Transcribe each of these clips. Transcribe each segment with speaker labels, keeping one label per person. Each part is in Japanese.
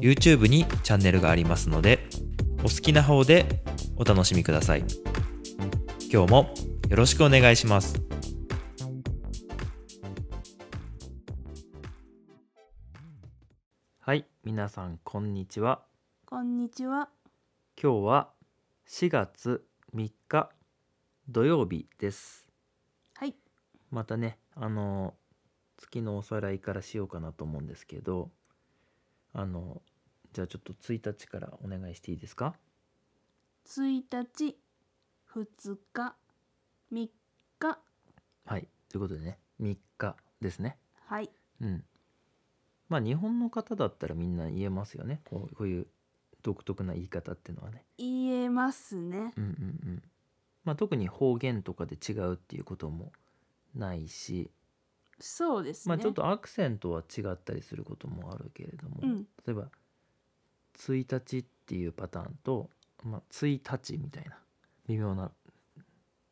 Speaker 1: YouTube にチャンネルがありますのでお好きな方でお楽しみください今日もよろしくお願いしますはい皆さんこんにちは
Speaker 2: こんにちは。
Speaker 1: 今日は4月3日土曜日です
Speaker 2: はい。
Speaker 1: またねあの月のおさらいからしようかなと思うんですけどあのじゃあちょっと1日からお願いしていいですか
Speaker 2: 1日、2日、3日。
Speaker 1: はいということでね3日ですね
Speaker 2: はい。
Speaker 1: うんまあ日本の方だったらみんな言えますよねこうこういう独特な言い方っていうのはね
Speaker 2: 言えますね。
Speaker 1: うんうんうんまあ特に方言とかで違うっていうこともないし、
Speaker 2: そうですね。
Speaker 1: まあちょっ。とアクセントは違ったりすることもあるけれども、
Speaker 2: うん。
Speaker 1: 例えば「1日」っていうパターンと「まあ、1日」みたいな微妙な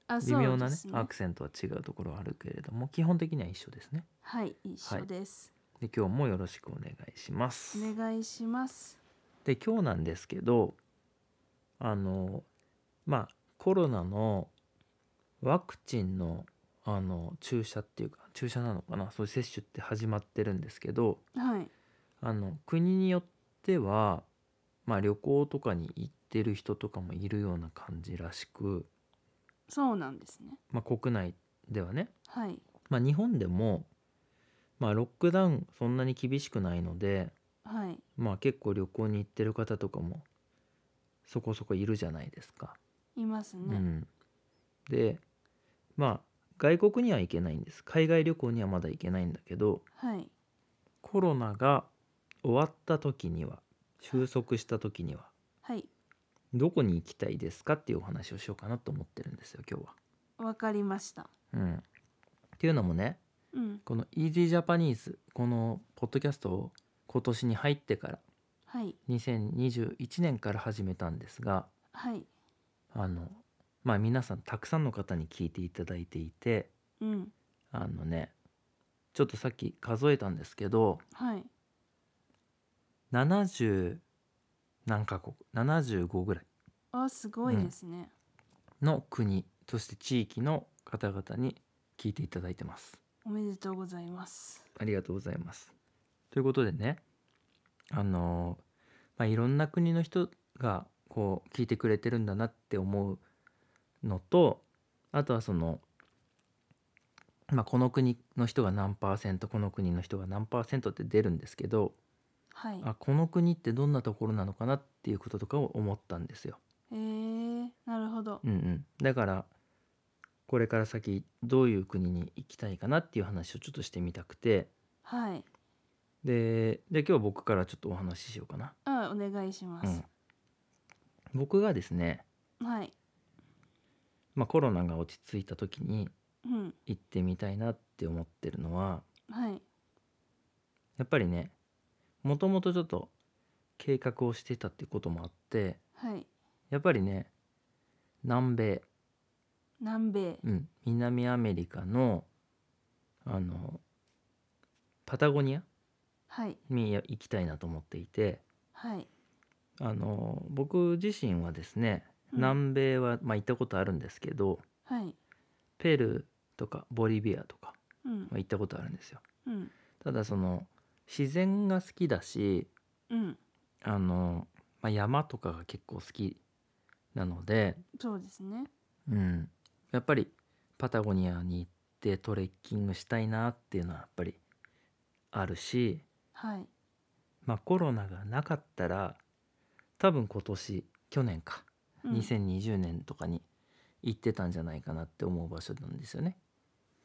Speaker 2: あ、
Speaker 1: 微妙な、ね
Speaker 2: そうです
Speaker 1: アクセントは違うところはあるけれども基本的には一緒ですね。
Speaker 2: はい、一緒です。
Speaker 1: で今日もよろしくお願いします。
Speaker 2: お願いします。
Speaker 1: で今日なんですけどあのまあコロナのワクチンのあの注射っていうか注射なのかなそういう接種って始まってるんですけど
Speaker 2: はい。
Speaker 1: あの国によっては、まあ、旅行とかに行ってる人とかもいるような感じらしく、
Speaker 2: そうなんですね。
Speaker 1: まあ、国内ではね、
Speaker 2: はい。
Speaker 1: まあ、日本でも、まあ、ロックダウンそんなに厳しくないので、
Speaker 2: はい。
Speaker 1: まあ、結構旅行に行ってる方とかもそこそこいるじゃないですか。
Speaker 2: います
Speaker 1: う
Speaker 2: ね。
Speaker 1: ん、でまあ外国には行けないんです海外旅行にはまだ行けないんだけど
Speaker 2: はい。
Speaker 1: コロナが終わった時には収束した時には
Speaker 2: はい。
Speaker 1: どこに行きたいですかっていうお話をしようかなと思ってるんですよ今日は。
Speaker 2: わかりました。
Speaker 1: うん、っていうのもね
Speaker 2: うん。
Speaker 1: この EasyJapanese このポッドキャストを今年に入ってから
Speaker 2: はい。
Speaker 1: 2021年から始めたんですが
Speaker 2: はい。
Speaker 1: あのまあ皆さんたくさんの方に聞いていただいていて
Speaker 2: うん。
Speaker 1: あのねちょっとさっき数えたんですけど
Speaker 2: はい。
Speaker 1: 70何カ国75ぐらい
Speaker 2: あ、すごいですね。
Speaker 1: の国そして地域の方々に聞いていただいてます。
Speaker 2: おめでとうございます。
Speaker 1: ありがとうございます。ということでねあのまあいろんな国の人がこう聞いてくれてるんだなって思うのとあとはその、まあ、この国の人が何パーセントこの国の人が何パーセントって出るんですけど
Speaker 2: はい。
Speaker 1: あこの国ってどんなところなのかなっていうこととかを思ったんですよ。
Speaker 2: えー、なるほど
Speaker 1: う。んうん、だからこれから先どういう国に行きたいかなっていう話をちょっとしてみたくて。
Speaker 2: はい。
Speaker 1: でじゃあ今日僕からちょっとお話ししようかな、
Speaker 2: あ、お願いしま
Speaker 1: う
Speaker 2: す
Speaker 1: ん。、僕がですね、
Speaker 2: はい。
Speaker 1: まあ、コロナが落ち着いた時に
Speaker 2: うん。
Speaker 1: 行ってみたいなって思ってるのは
Speaker 2: はい。
Speaker 1: やっぱりねもともとちょっと計画をしてたってこともあって
Speaker 2: はい。
Speaker 1: やっぱりね南米、
Speaker 2: 南米。
Speaker 1: うん、南アメリカのあのパタゴニア
Speaker 2: はい。
Speaker 1: に行きたいなと思っていて
Speaker 2: はい。
Speaker 1: あの僕自身はですね
Speaker 2: うん
Speaker 1: 南米は、まあ、行ったことあるんですけど、
Speaker 2: はい。
Speaker 1: ペルーとかボリビアとか
Speaker 2: うん
Speaker 1: まあ。行ったことあるんですよ
Speaker 2: うん。
Speaker 1: ただその自然が好きだし
Speaker 2: うん。
Speaker 1: あの、まあ、山とかが結構好きなので、
Speaker 2: そうですね。
Speaker 1: うん、やっぱりパタゴニアに行ってトレッキングしたいなっていうのはやっぱりあるし、
Speaker 2: はい。
Speaker 1: まあ、コロナがなかったら多分今年去年か、
Speaker 2: うん
Speaker 1: 2020年とかに行ってたんじゃないかなって思う場所なんですよね。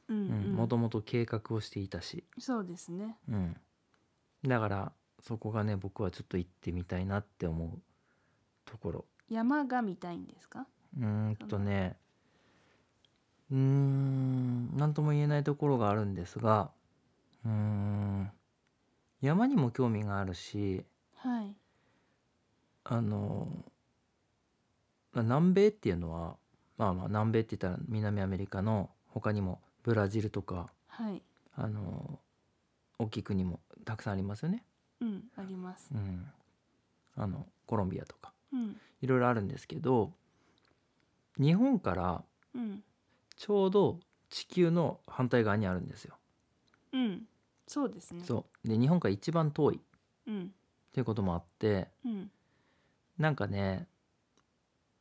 Speaker 2: うん。うん
Speaker 1: もともと計画をしていたし、
Speaker 2: そうですね。
Speaker 1: うん、だからそこがね僕はちょっと行ってみたいなって思うところ
Speaker 2: 山が見たいんですか
Speaker 1: うーんとねうーん何とも言えないところがあるんですがうーん山にも興味があるし
Speaker 2: はい
Speaker 1: あの、まあ南米っていうのはまあまあ南米って言ったら南アメリカの他にもブラジルとか
Speaker 2: はい
Speaker 1: あの大きい国もたくさんありますよね。
Speaker 2: うんあります
Speaker 1: うん、あのコロンビアとか
Speaker 2: うん
Speaker 1: いろいろあるんですけど日本から
Speaker 2: うん
Speaker 1: ちょうど地球の反対側にあるんですよ。
Speaker 2: うんそうですね
Speaker 1: そうで日本から一番遠いっ
Speaker 2: うん
Speaker 1: ていうこともあって
Speaker 2: うん
Speaker 1: なんかね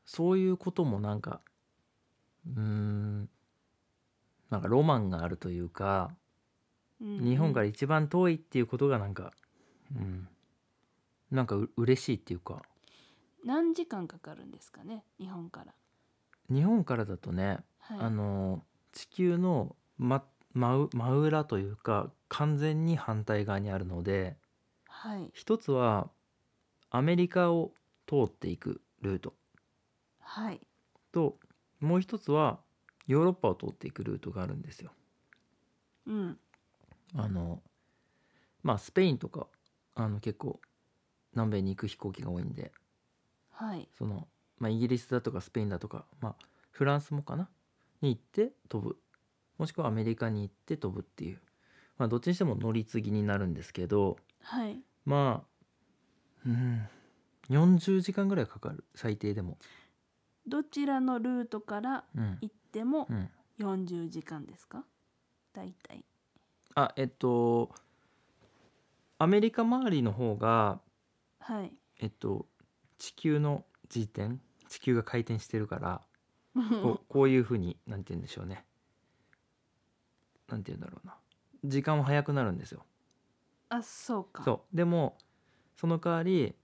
Speaker 1: そういうこともなんかうーんなんかロマンがあるというか、
Speaker 2: うん
Speaker 1: 日本から一番遠いっていうことがなんか、うん、なんかう嬉しいっていうか
Speaker 2: 何時間かかるんですかね日本から
Speaker 1: 日本からだとね、
Speaker 2: はい
Speaker 1: あの地球の、ま、真う真裏というか完全に反対側にあるので
Speaker 2: はい
Speaker 1: 一つはアメリカを通っていくルート
Speaker 2: はい
Speaker 1: ともう一つはヨーロッパを通っていくルートがあるんですよ。
Speaker 2: うん
Speaker 1: あのまあスペインとかあの結構南米に行く飛行機が多いんで
Speaker 2: はい
Speaker 1: その、まあ、イギリスだとかスペインだとか、まあ、フランスもかなに行って飛ぶもしくはアメリカに行って飛ぶっていう、まあ、どっちにしても乗り継ぎになるんですけど
Speaker 2: はい
Speaker 1: まあうん40時間ぐらいかかる最低でも。
Speaker 2: どちらのルートから
Speaker 1: うん
Speaker 2: 行っても
Speaker 1: うん、
Speaker 2: 40時間ですか大体
Speaker 1: あえっとアメリカ周りの方が
Speaker 2: はい
Speaker 1: えっと地球の G 点地球が回転してるからこうこういうふうになんて言うんでしょうねなんて言うんだろうな時間は早くなるんですよ。
Speaker 2: あそうか
Speaker 1: そうでもその代わり、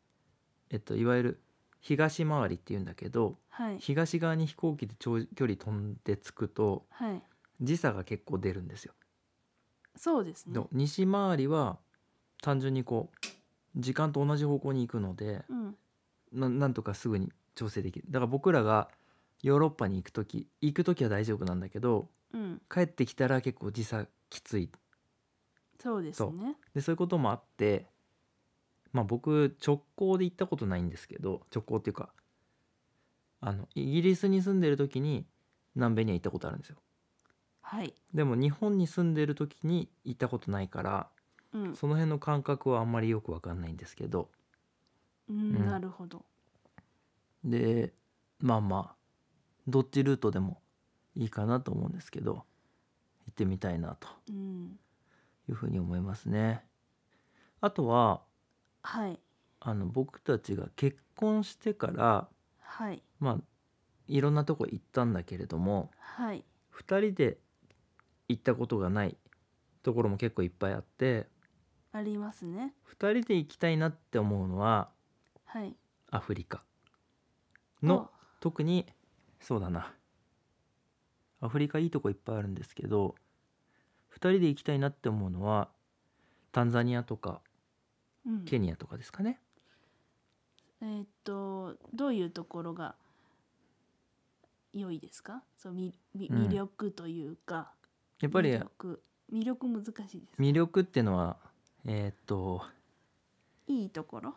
Speaker 1: えっと、いわゆる東回りっていうんだけど
Speaker 2: はい
Speaker 1: 東側に飛行機で長距離飛んでつくと
Speaker 2: はい
Speaker 1: 時差が結構出るんですよ。
Speaker 2: そうです
Speaker 1: で
Speaker 2: ね
Speaker 1: も西回りは単純にこう時間と同じ方向に行くので
Speaker 2: うん
Speaker 1: ななんとかすぐに調整できるだから僕らがヨーロッパに行く時行く時は大丈夫なんだけど
Speaker 2: うん
Speaker 1: 帰ってきたら結構時差きつい
Speaker 2: そうですね
Speaker 1: でそういうこともあってまあ僕直行で行ったことないんですけど直行っていうかあのイギリスに住んでる時に南米には行ったことあるんですよ
Speaker 2: はい
Speaker 1: でも日本に住んでる時に行ったことないから
Speaker 2: うん
Speaker 1: その辺の感覚はあんまりよくわかんないんですけど
Speaker 2: うんなるほど
Speaker 1: でまあまあどっちルートでもいいかなと思うんですけど行ってみたいなと
Speaker 2: うん
Speaker 1: いうふうに思いますね。あとは
Speaker 2: はい
Speaker 1: あの僕たちが結婚してから
Speaker 2: はい
Speaker 1: まあいろんなとこ行ったんだけれども
Speaker 2: はい
Speaker 1: 2人で行ったことがないところも結構いっぱいあって
Speaker 2: ありますね
Speaker 1: 2人で行きたいなって思うのは
Speaker 2: はい
Speaker 1: アフリカの
Speaker 2: あ
Speaker 1: 特にそうだなアフリカいいとこいっぱいあるんですけど2人で行きたいなって思うのはタンザニアとか
Speaker 2: うん
Speaker 1: ケニアとかですかね、
Speaker 2: えーっとどういうところが良いですかそうみみ
Speaker 1: うん
Speaker 2: 魅力というか、
Speaker 1: やっぱり
Speaker 2: 魅力魅力難しいです
Speaker 1: 魅力ってのはえーっと
Speaker 2: いいところ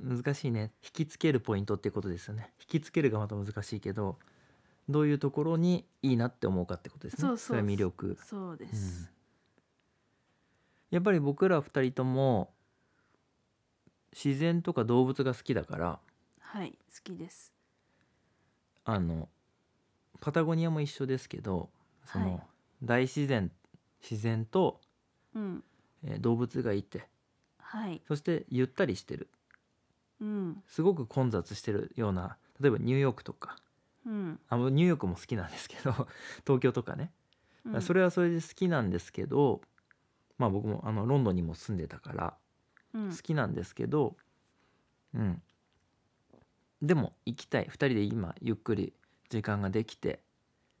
Speaker 1: 難しいね引きつけるポイントってことですよね引きつけるがまた難しいけどどういうところにいいなって思うかってことですね
Speaker 2: そうそう
Speaker 1: れは魅力
Speaker 2: そうで
Speaker 1: うん
Speaker 2: す、
Speaker 1: やっぱり僕ら2人とも自然とか動物が好きだから
Speaker 2: はい好きです
Speaker 1: あのパタゴニアも一緒ですけどその、
Speaker 2: はい
Speaker 1: 大自然自然と、
Speaker 2: うん
Speaker 1: えー動物がいて
Speaker 2: はい
Speaker 1: そしてゆったりしてる
Speaker 2: うん
Speaker 1: すごく混雑してるような例えばニューヨークとか
Speaker 2: うん、
Speaker 1: あもうニューヨークも好きなんですけど 東京とかね、
Speaker 2: うん、
Speaker 1: それはそれで好きなんですけどまあ僕もあのロンドンにも住んでたから
Speaker 2: うん
Speaker 1: 好きなんですけどうんでも行きたい2人で今ゆっくり時間ができて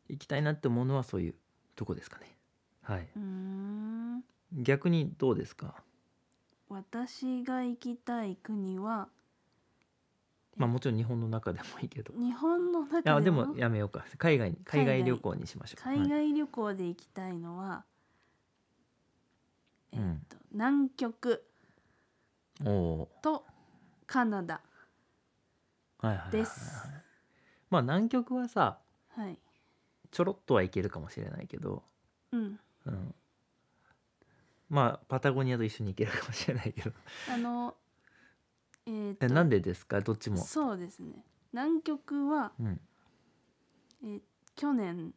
Speaker 1: 行きたいなって思うのはそういうとこですかねはいう
Speaker 2: ーん
Speaker 1: 逆にどうですか
Speaker 2: 私が行きたい国は
Speaker 1: まあもちろん日本の中でもいいけどい
Speaker 2: 日本の中でも
Speaker 1: やでもやめようか海外に海外旅行にしましょう
Speaker 2: 海
Speaker 1: はい
Speaker 2: 外旅行で行きたいのは、え
Speaker 1: う
Speaker 2: っ
Speaker 1: ん
Speaker 2: と南極
Speaker 1: お
Speaker 2: とカナダ
Speaker 1: ーはいはいはいはい
Speaker 2: です
Speaker 1: まあ南極はさ
Speaker 2: はい
Speaker 1: ちょろっとはいけるかもしれないけど、
Speaker 2: うん
Speaker 1: うん、まあパタゴニアと一緒に行けるかもしれないけど
Speaker 2: あのえーっ
Speaker 1: え
Speaker 2: と
Speaker 1: なんでですかどっちも
Speaker 2: そうですね南極は、
Speaker 1: うん
Speaker 2: えー去年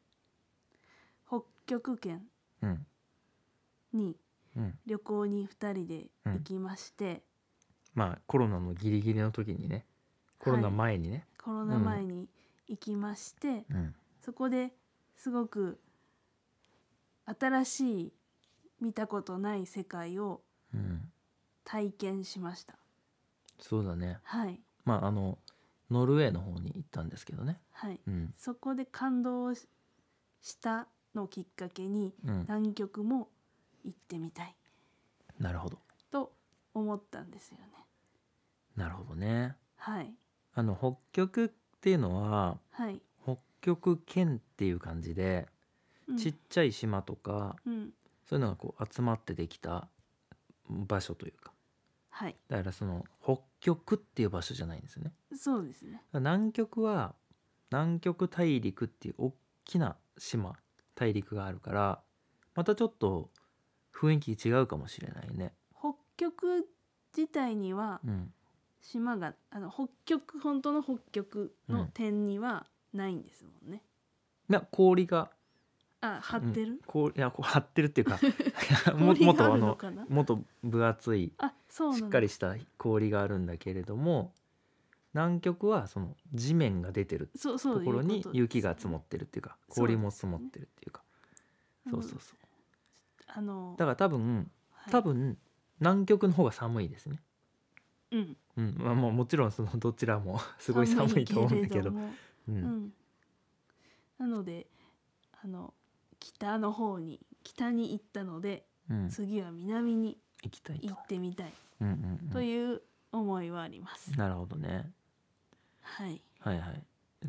Speaker 2: 北極圏
Speaker 1: うん
Speaker 2: に
Speaker 1: うん
Speaker 2: 旅行に2人で行きまして、
Speaker 1: まあコロナのギリギリの時にねコロナ
Speaker 2: はい
Speaker 1: 前にね、
Speaker 2: コロナ前に行きまして、
Speaker 1: うん
Speaker 2: そこですごく新しい見たことない世界を
Speaker 1: うん、
Speaker 2: 体験しました
Speaker 1: そうだね
Speaker 2: はい
Speaker 1: まああのノルウェーの方に行ったんですけどね
Speaker 2: はい
Speaker 1: うん
Speaker 2: そこで感動をししたのをきっかけに
Speaker 1: うん
Speaker 2: 南極も行ってみたい
Speaker 1: なるほど
Speaker 2: と思ったんですよね
Speaker 1: なるほどね
Speaker 2: はい
Speaker 1: あの北極っていうのは
Speaker 2: はい、
Speaker 1: 北極圏っていう感じで
Speaker 2: うん、
Speaker 1: ちっちゃい島とか
Speaker 2: うん
Speaker 1: そういうのがこう集まってできた場所というか
Speaker 2: はい
Speaker 1: だからその北極っていう場所じゃないんですよね
Speaker 2: そうですね
Speaker 1: 南極は南極大陸っていう大きな島大陸があるからまたちょっと雰囲気違うかもしれないね。
Speaker 2: 北極自体には
Speaker 1: うん、
Speaker 2: 島があの北極本当の北極の点にはないんですもんね、
Speaker 1: な氷が
Speaker 2: あ張って
Speaker 1: うん
Speaker 2: る、
Speaker 1: 氷いやこう張ってるっていう かも
Speaker 2: 氷
Speaker 1: もっ
Speaker 2: が
Speaker 1: と
Speaker 2: あ
Speaker 1: あ
Speaker 2: るの
Speaker 1: の
Speaker 2: かな
Speaker 1: もっと分厚い
Speaker 2: あそうなん
Speaker 1: し
Speaker 2: だ
Speaker 1: っかりした氷があるんだけれども南極はその地面が出てる
Speaker 2: そうそう
Speaker 1: ところ
Speaker 2: いう
Speaker 1: に
Speaker 2: とです
Speaker 1: 雪が積もってるっていうか
Speaker 2: そうで
Speaker 1: 氷
Speaker 2: す
Speaker 1: も積もってるっていうかそうそうそう
Speaker 2: あの
Speaker 1: だから多分
Speaker 2: はい
Speaker 1: 多分南極の方が寒いですね。
Speaker 2: うん
Speaker 1: うんまあ、もうもちろんそのどちらも すごい寒いと思うんだけど
Speaker 2: 寒いれも
Speaker 1: う
Speaker 2: うんん、なのであの北の方に北に行ったので、
Speaker 1: うん
Speaker 2: 次は南に
Speaker 1: 行きたい
Speaker 2: 行
Speaker 1: と。
Speaker 2: ってみたい
Speaker 1: うんうん
Speaker 2: と
Speaker 1: うん、
Speaker 2: いう思いはあります、
Speaker 1: なるほどね。
Speaker 2: はい
Speaker 1: はいはい。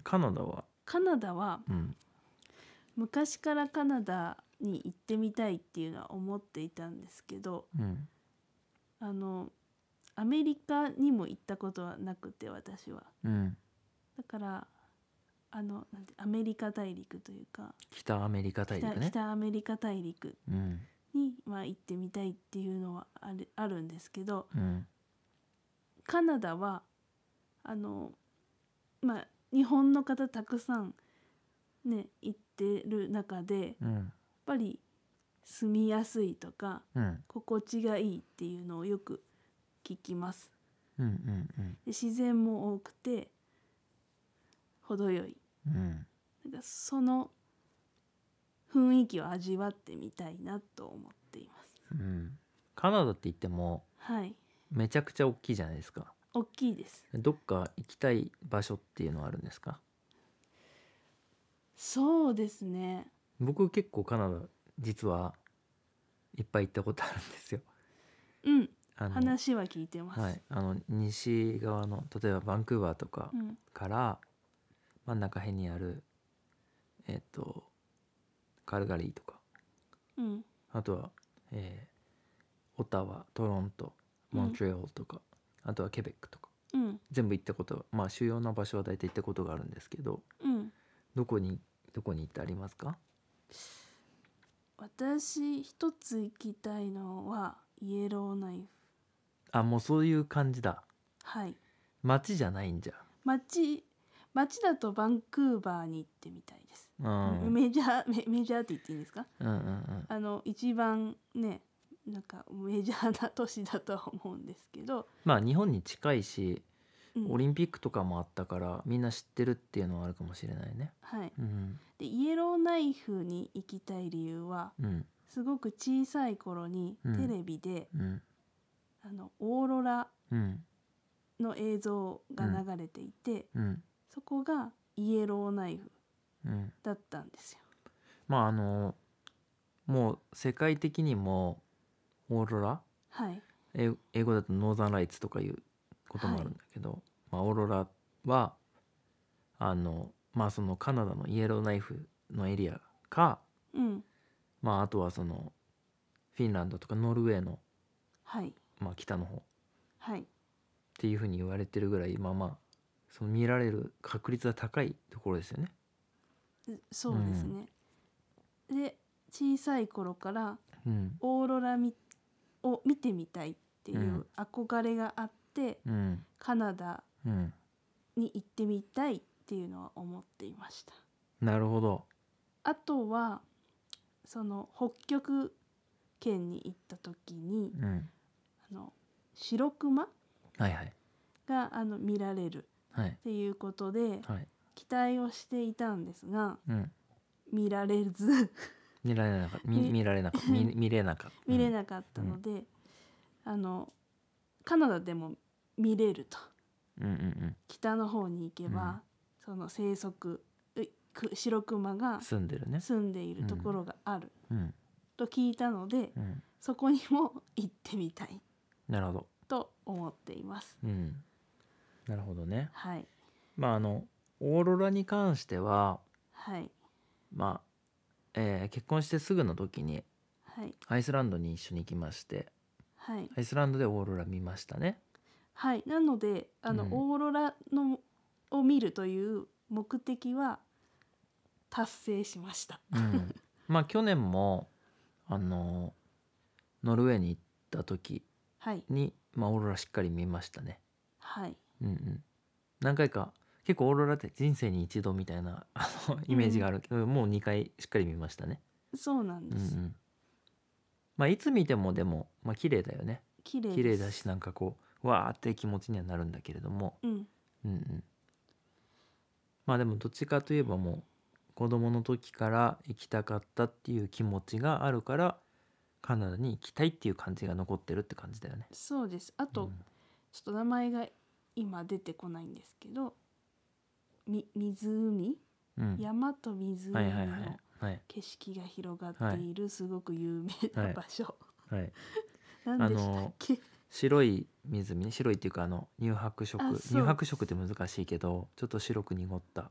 Speaker 1: カナダは、
Speaker 2: カナダは
Speaker 1: うん、
Speaker 2: 昔からカナダに行ってみたいっていうのは思っていたんですけど
Speaker 1: うん、
Speaker 2: あのアメリカにも行ったことはなくて私は
Speaker 1: うん、
Speaker 2: だからあのなんてアメリカ大陸というか
Speaker 1: 北アメリカ大陸
Speaker 2: 北
Speaker 1: ね。
Speaker 2: 北アメリカ大陸
Speaker 1: うん、
Speaker 2: に、まあ、行ってみたいっていうのはあるあるんですけど
Speaker 1: うん、
Speaker 2: カナダはあのまあ日本の方たくさんね行ってる中でやっ
Speaker 1: うん、
Speaker 2: ぱり住みやすいとか
Speaker 1: うん、
Speaker 2: 心地がいいっていうのをよく聞きます。
Speaker 1: うん、うん、うん、
Speaker 2: で自然も多くて程よい
Speaker 1: うん、
Speaker 2: なんかその雰囲気を味わってみたいなと思っています。
Speaker 1: うん。カナダって言っても、
Speaker 2: はい、
Speaker 1: めちゃくちゃ大きいじゃないですか。
Speaker 2: 大きいです。
Speaker 1: どっか行きたい場所っていうのはあるんですか。
Speaker 2: そうですね。
Speaker 1: 僕結構カナダ、実はいっぱい行ったことあるんですよ。
Speaker 2: うん、
Speaker 1: あの
Speaker 2: 話は聞いてます。
Speaker 1: はい、あの西側の例えばバンクーバーとか
Speaker 2: うん、
Speaker 1: から真ん中辺にあるえっ、とカルガリーとか
Speaker 2: うん、
Speaker 1: あとは、えーオタワトロント
Speaker 2: うん
Speaker 1: モントレオールとか、あとはケベックとか
Speaker 2: うん、
Speaker 1: 全部行ったことまあ主要な場所は大体行ったことがあるんですけど
Speaker 2: うん。
Speaker 1: どこにどこに行ってありますか
Speaker 2: 私一つ行きたいのはイエローナイフ。
Speaker 1: あもうそういう感じだ
Speaker 2: はい。
Speaker 1: 街じゃないんじ
Speaker 2: 町町だとバンクーバーに行ってみたいです。
Speaker 1: ゃん、うん、うん
Speaker 2: メジャーメメジャーって言っていいんですか？
Speaker 1: うんうん
Speaker 2: あの一番ねなんかメジャーな都市だとは思うんですけど、
Speaker 1: まあ日本に近いし
Speaker 2: うん
Speaker 1: オリンピックとかもあったからみんな知ってるっていうのはあるかもしれないね。
Speaker 2: はい。
Speaker 1: うん
Speaker 2: でイエローナイフに行きたい理由は
Speaker 1: うん
Speaker 2: すごく小さい頃に
Speaker 1: うん
Speaker 2: テレビで、
Speaker 1: うん
Speaker 2: あのオーロラ
Speaker 1: うん
Speaker 2: の映像が流れていて、
Speaker 1: うん
Speaker 2: そこがイエローナイフ
Speaker 1: うん。
Speaker 2: だったんですよ。
Speaker 1: まああのもう世界的にもオーロラ
Speaker 2: はい。
Speaker 1: 英語英語だとノーザンライツとかいうこともあるんだけど、まあ、オーロラはあのまあそのカナダのイエローナイフのエリアか、
Speaker 2: うん
Speaker 1: まあ、あとはそのフィンランドとかノルウェーの、
Speaker 2: はい
Speaker 1: まあ、北の方っ
Speaker 2: はい
Speaker 1: ていうふうに言われてるぐらいまあまあその見られる確率は高いところですよね。
Speaker 2: うそうですね、で小さい頃から
Speaker 1: うん
Speaker 2: オーロラみを見てみたいっていううん憧れがあって、
Speaker 1: うん
Speaker 2: カナダ
Speaker 1: うん、
Speaker 2: に行ってみたいっていうのは思っていました
Speaker 1: なるほど。
Speaker 2: あとはその北極圏に行った時に
Speaker 1: うん、
Speaker 2: あの白クマ
Speaker 1: はいはい
Speaker 2: があの見られる
Speaker 1: はい
Speaker 2: っていうことで
Speaker 1: はい。
Speaker 2: 期待をしていたんですが
Speaker 1: うん、
Speaker 2: 見られず
Speaker 1: 見られなかった見
Speaker 2: み
Speaker 1: 見られなかった見見れなかった。
Speaker 2: 見れなかったので、あのカナダでも見れると
Speaker 1: うんうんうん
Speaker 2: 北の方に行けば、その生息うく白クマ
Speaker 1: う
Speaker 2: が
Speaker 1: ん、住んでるね。
Speaker 2: 住んでいるところがある
Speaker 1: うん
Speaker 2: と聞いたので、
Speaker 1: うん、
Speaker 2: そこにも行ってみたい
Speaker 1: なるほど。
Speaker 2: と思っています。
Speaker 1: うん、なるほどね。
Speaker 2: はい
Speaker 1: まああのオーロラに関しては、
Speaker 2: はい
Speaker 1: まあえー結婚してすぐの時に
Speaker 2: はい
Speaker 1: アイスランドに一緒に行きまして
Speaker 2: はい
Speaker 1: アイスランドでオーロラ見ましたね。
Speaker 2: はいなのであの、
Speaker 1: うん
Speaker 2: オーロラのを見るという目的は達成しました。
Speaker 1: うん、まあ去年もあのノルウェーに行った時
Speaker 2: はい
Speaker 1: に、まあ、オーロラしっかり見ましたね。
Speaker 2: はい
Speaker 1: うんうん、何回か結構オーロラって人生に一度みたいなあのイメージがあるけど、もう2回しっかり見ましたね。
Speaker 2: そうなん
Speaker 1: うん
Speaker 2: で
Speaker 1: う
Speaker 2: す。
Speaker 1: んまあ、いつ見てもでも、まあ綺麗だよね
Speaker 2: 綺麗です
Speaker 1: 綺麗だしなんかこうわーって気持ちにはなるんだけれども、
Speaker 2: うん
Speaker 1: うんうん、まあでもどっちかといえばもう子供の時から行きたかったっていう気持ちがあるからカナダに行きたいっていう感じが残ってるって感じだよね。
Speaker 2: そうです。あと、
Speaker 1: うん
Speaker 2: ちょっと名前が今出てこないんですけど、み湖
Speaker 1: うん
Speaker 2: 山と湖
Speaker 1: はいはいは
Speaker 2: の
Speaker 1: いはい
Speaker 2: 景色が広がっているすごく有名
Speaker 1: は
Speaker 2: ない場所、
Speaker 1: はい
Speaker 2: なん何でしたっけ、
Speaker 1: 白い湖ね白いっていうかあの乳白色
Speaker 2: あそう
Speaker 1: 乳白色って難しいけどちょっと白く濁った
Speaker 2: は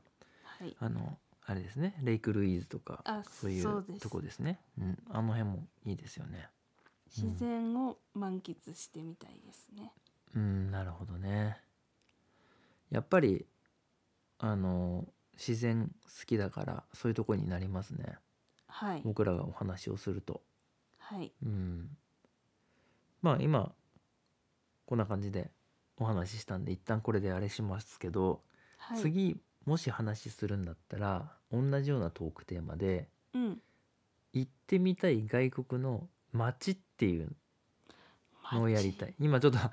Speaker 2: い
Speaker 1: あのあれですねレイクルイーズとか
Speaker 2: あ
Speaker 1: そうい
Speaker 2: そううです
Speaker 1: とこですねうん、あの辺もいいですよね
Speaker 2: 自然を満喫してみたいですね、
Speaker 1: うんなるほどねやっぱりあの自然好きだからそういうとこになりますね
Speaker 2: はい
Speaker 1: 僕らがお話をすると
Speaker 2: はい
Speaker 1: うんまあ今こんな感じでお話ししたんで一旦これであれしますけど、
Speaker 2: はい
Speaker 1: 次もし話するんだったら同じようなトークテーマで
Speaker 2: うん
Speaker 1: 行ってみたい外国の街っていうのをやりたい今ちょっと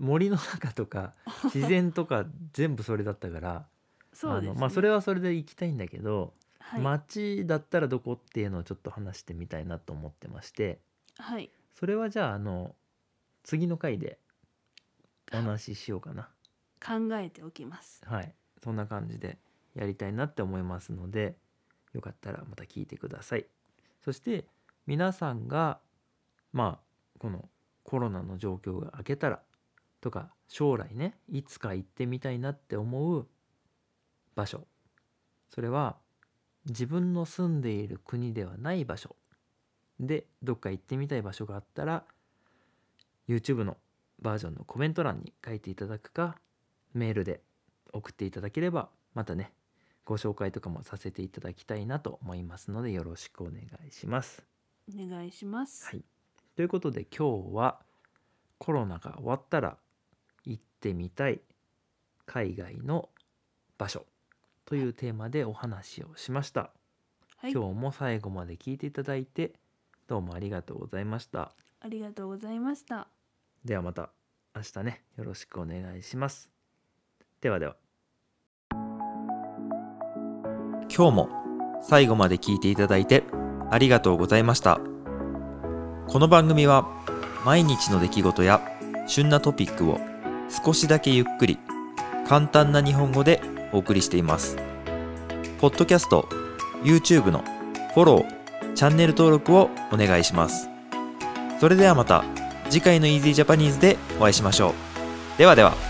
Speaker 1: 森の中と か自然とか全部それだったから
Speaker 2: そうです、ね
Speaker 1: あのまあ、それはそれで行きたいんだけど、
Speaker 2: はい、
Speaker 1: 街だったらどこっていうのをちょっと話してみたいなと思ってまして
Speaker 2: はい
Speaker 1: それはじゃああの次の回でお話ししようかな。
Speaker 2: 考えておきます
Speaker 1: はい、そんな感じでやりたいなって思いますのでよかったらまた聞いてくださいそして皆さんがまあこのコロナの状況が明けたらとか将来ねいつか行ってみたいなって思う場所それは自分の住んでいる国ではない場所でどっか行ってみたい場所があったら YouTube のバージョンのコメント欄に書いていただくかメールで送っていただければまたねご紹介とかもさせていただきたいなと思いますのでよろしくお願いします。
Speaker 2: お願いします
Speaker 1: はいということで今日はコロナが終わったら行ってみたい海外の場所というテーマでお話をしました。
Speaker 2: はい
Speaker 1: 今日も最後まで聞いていただいてどうもありがとうございました。
Speaker 2: ありがとうございました
Speaker 1: ではまた明日ねよろしくお願いします。ではでは。
Speaker 3: 今日も最後まで聞いていただいてありがとうございました。この番組は毎日の出来事や旬なトピックを少しだけゆっくり簡単な日本語でお送りしています。ポッドキャスト、YouTube のフォロー、チャンネル登録をお願いします。それではまた
Speaker 1: 次回の Easy Japanese でお会いしましょうではでは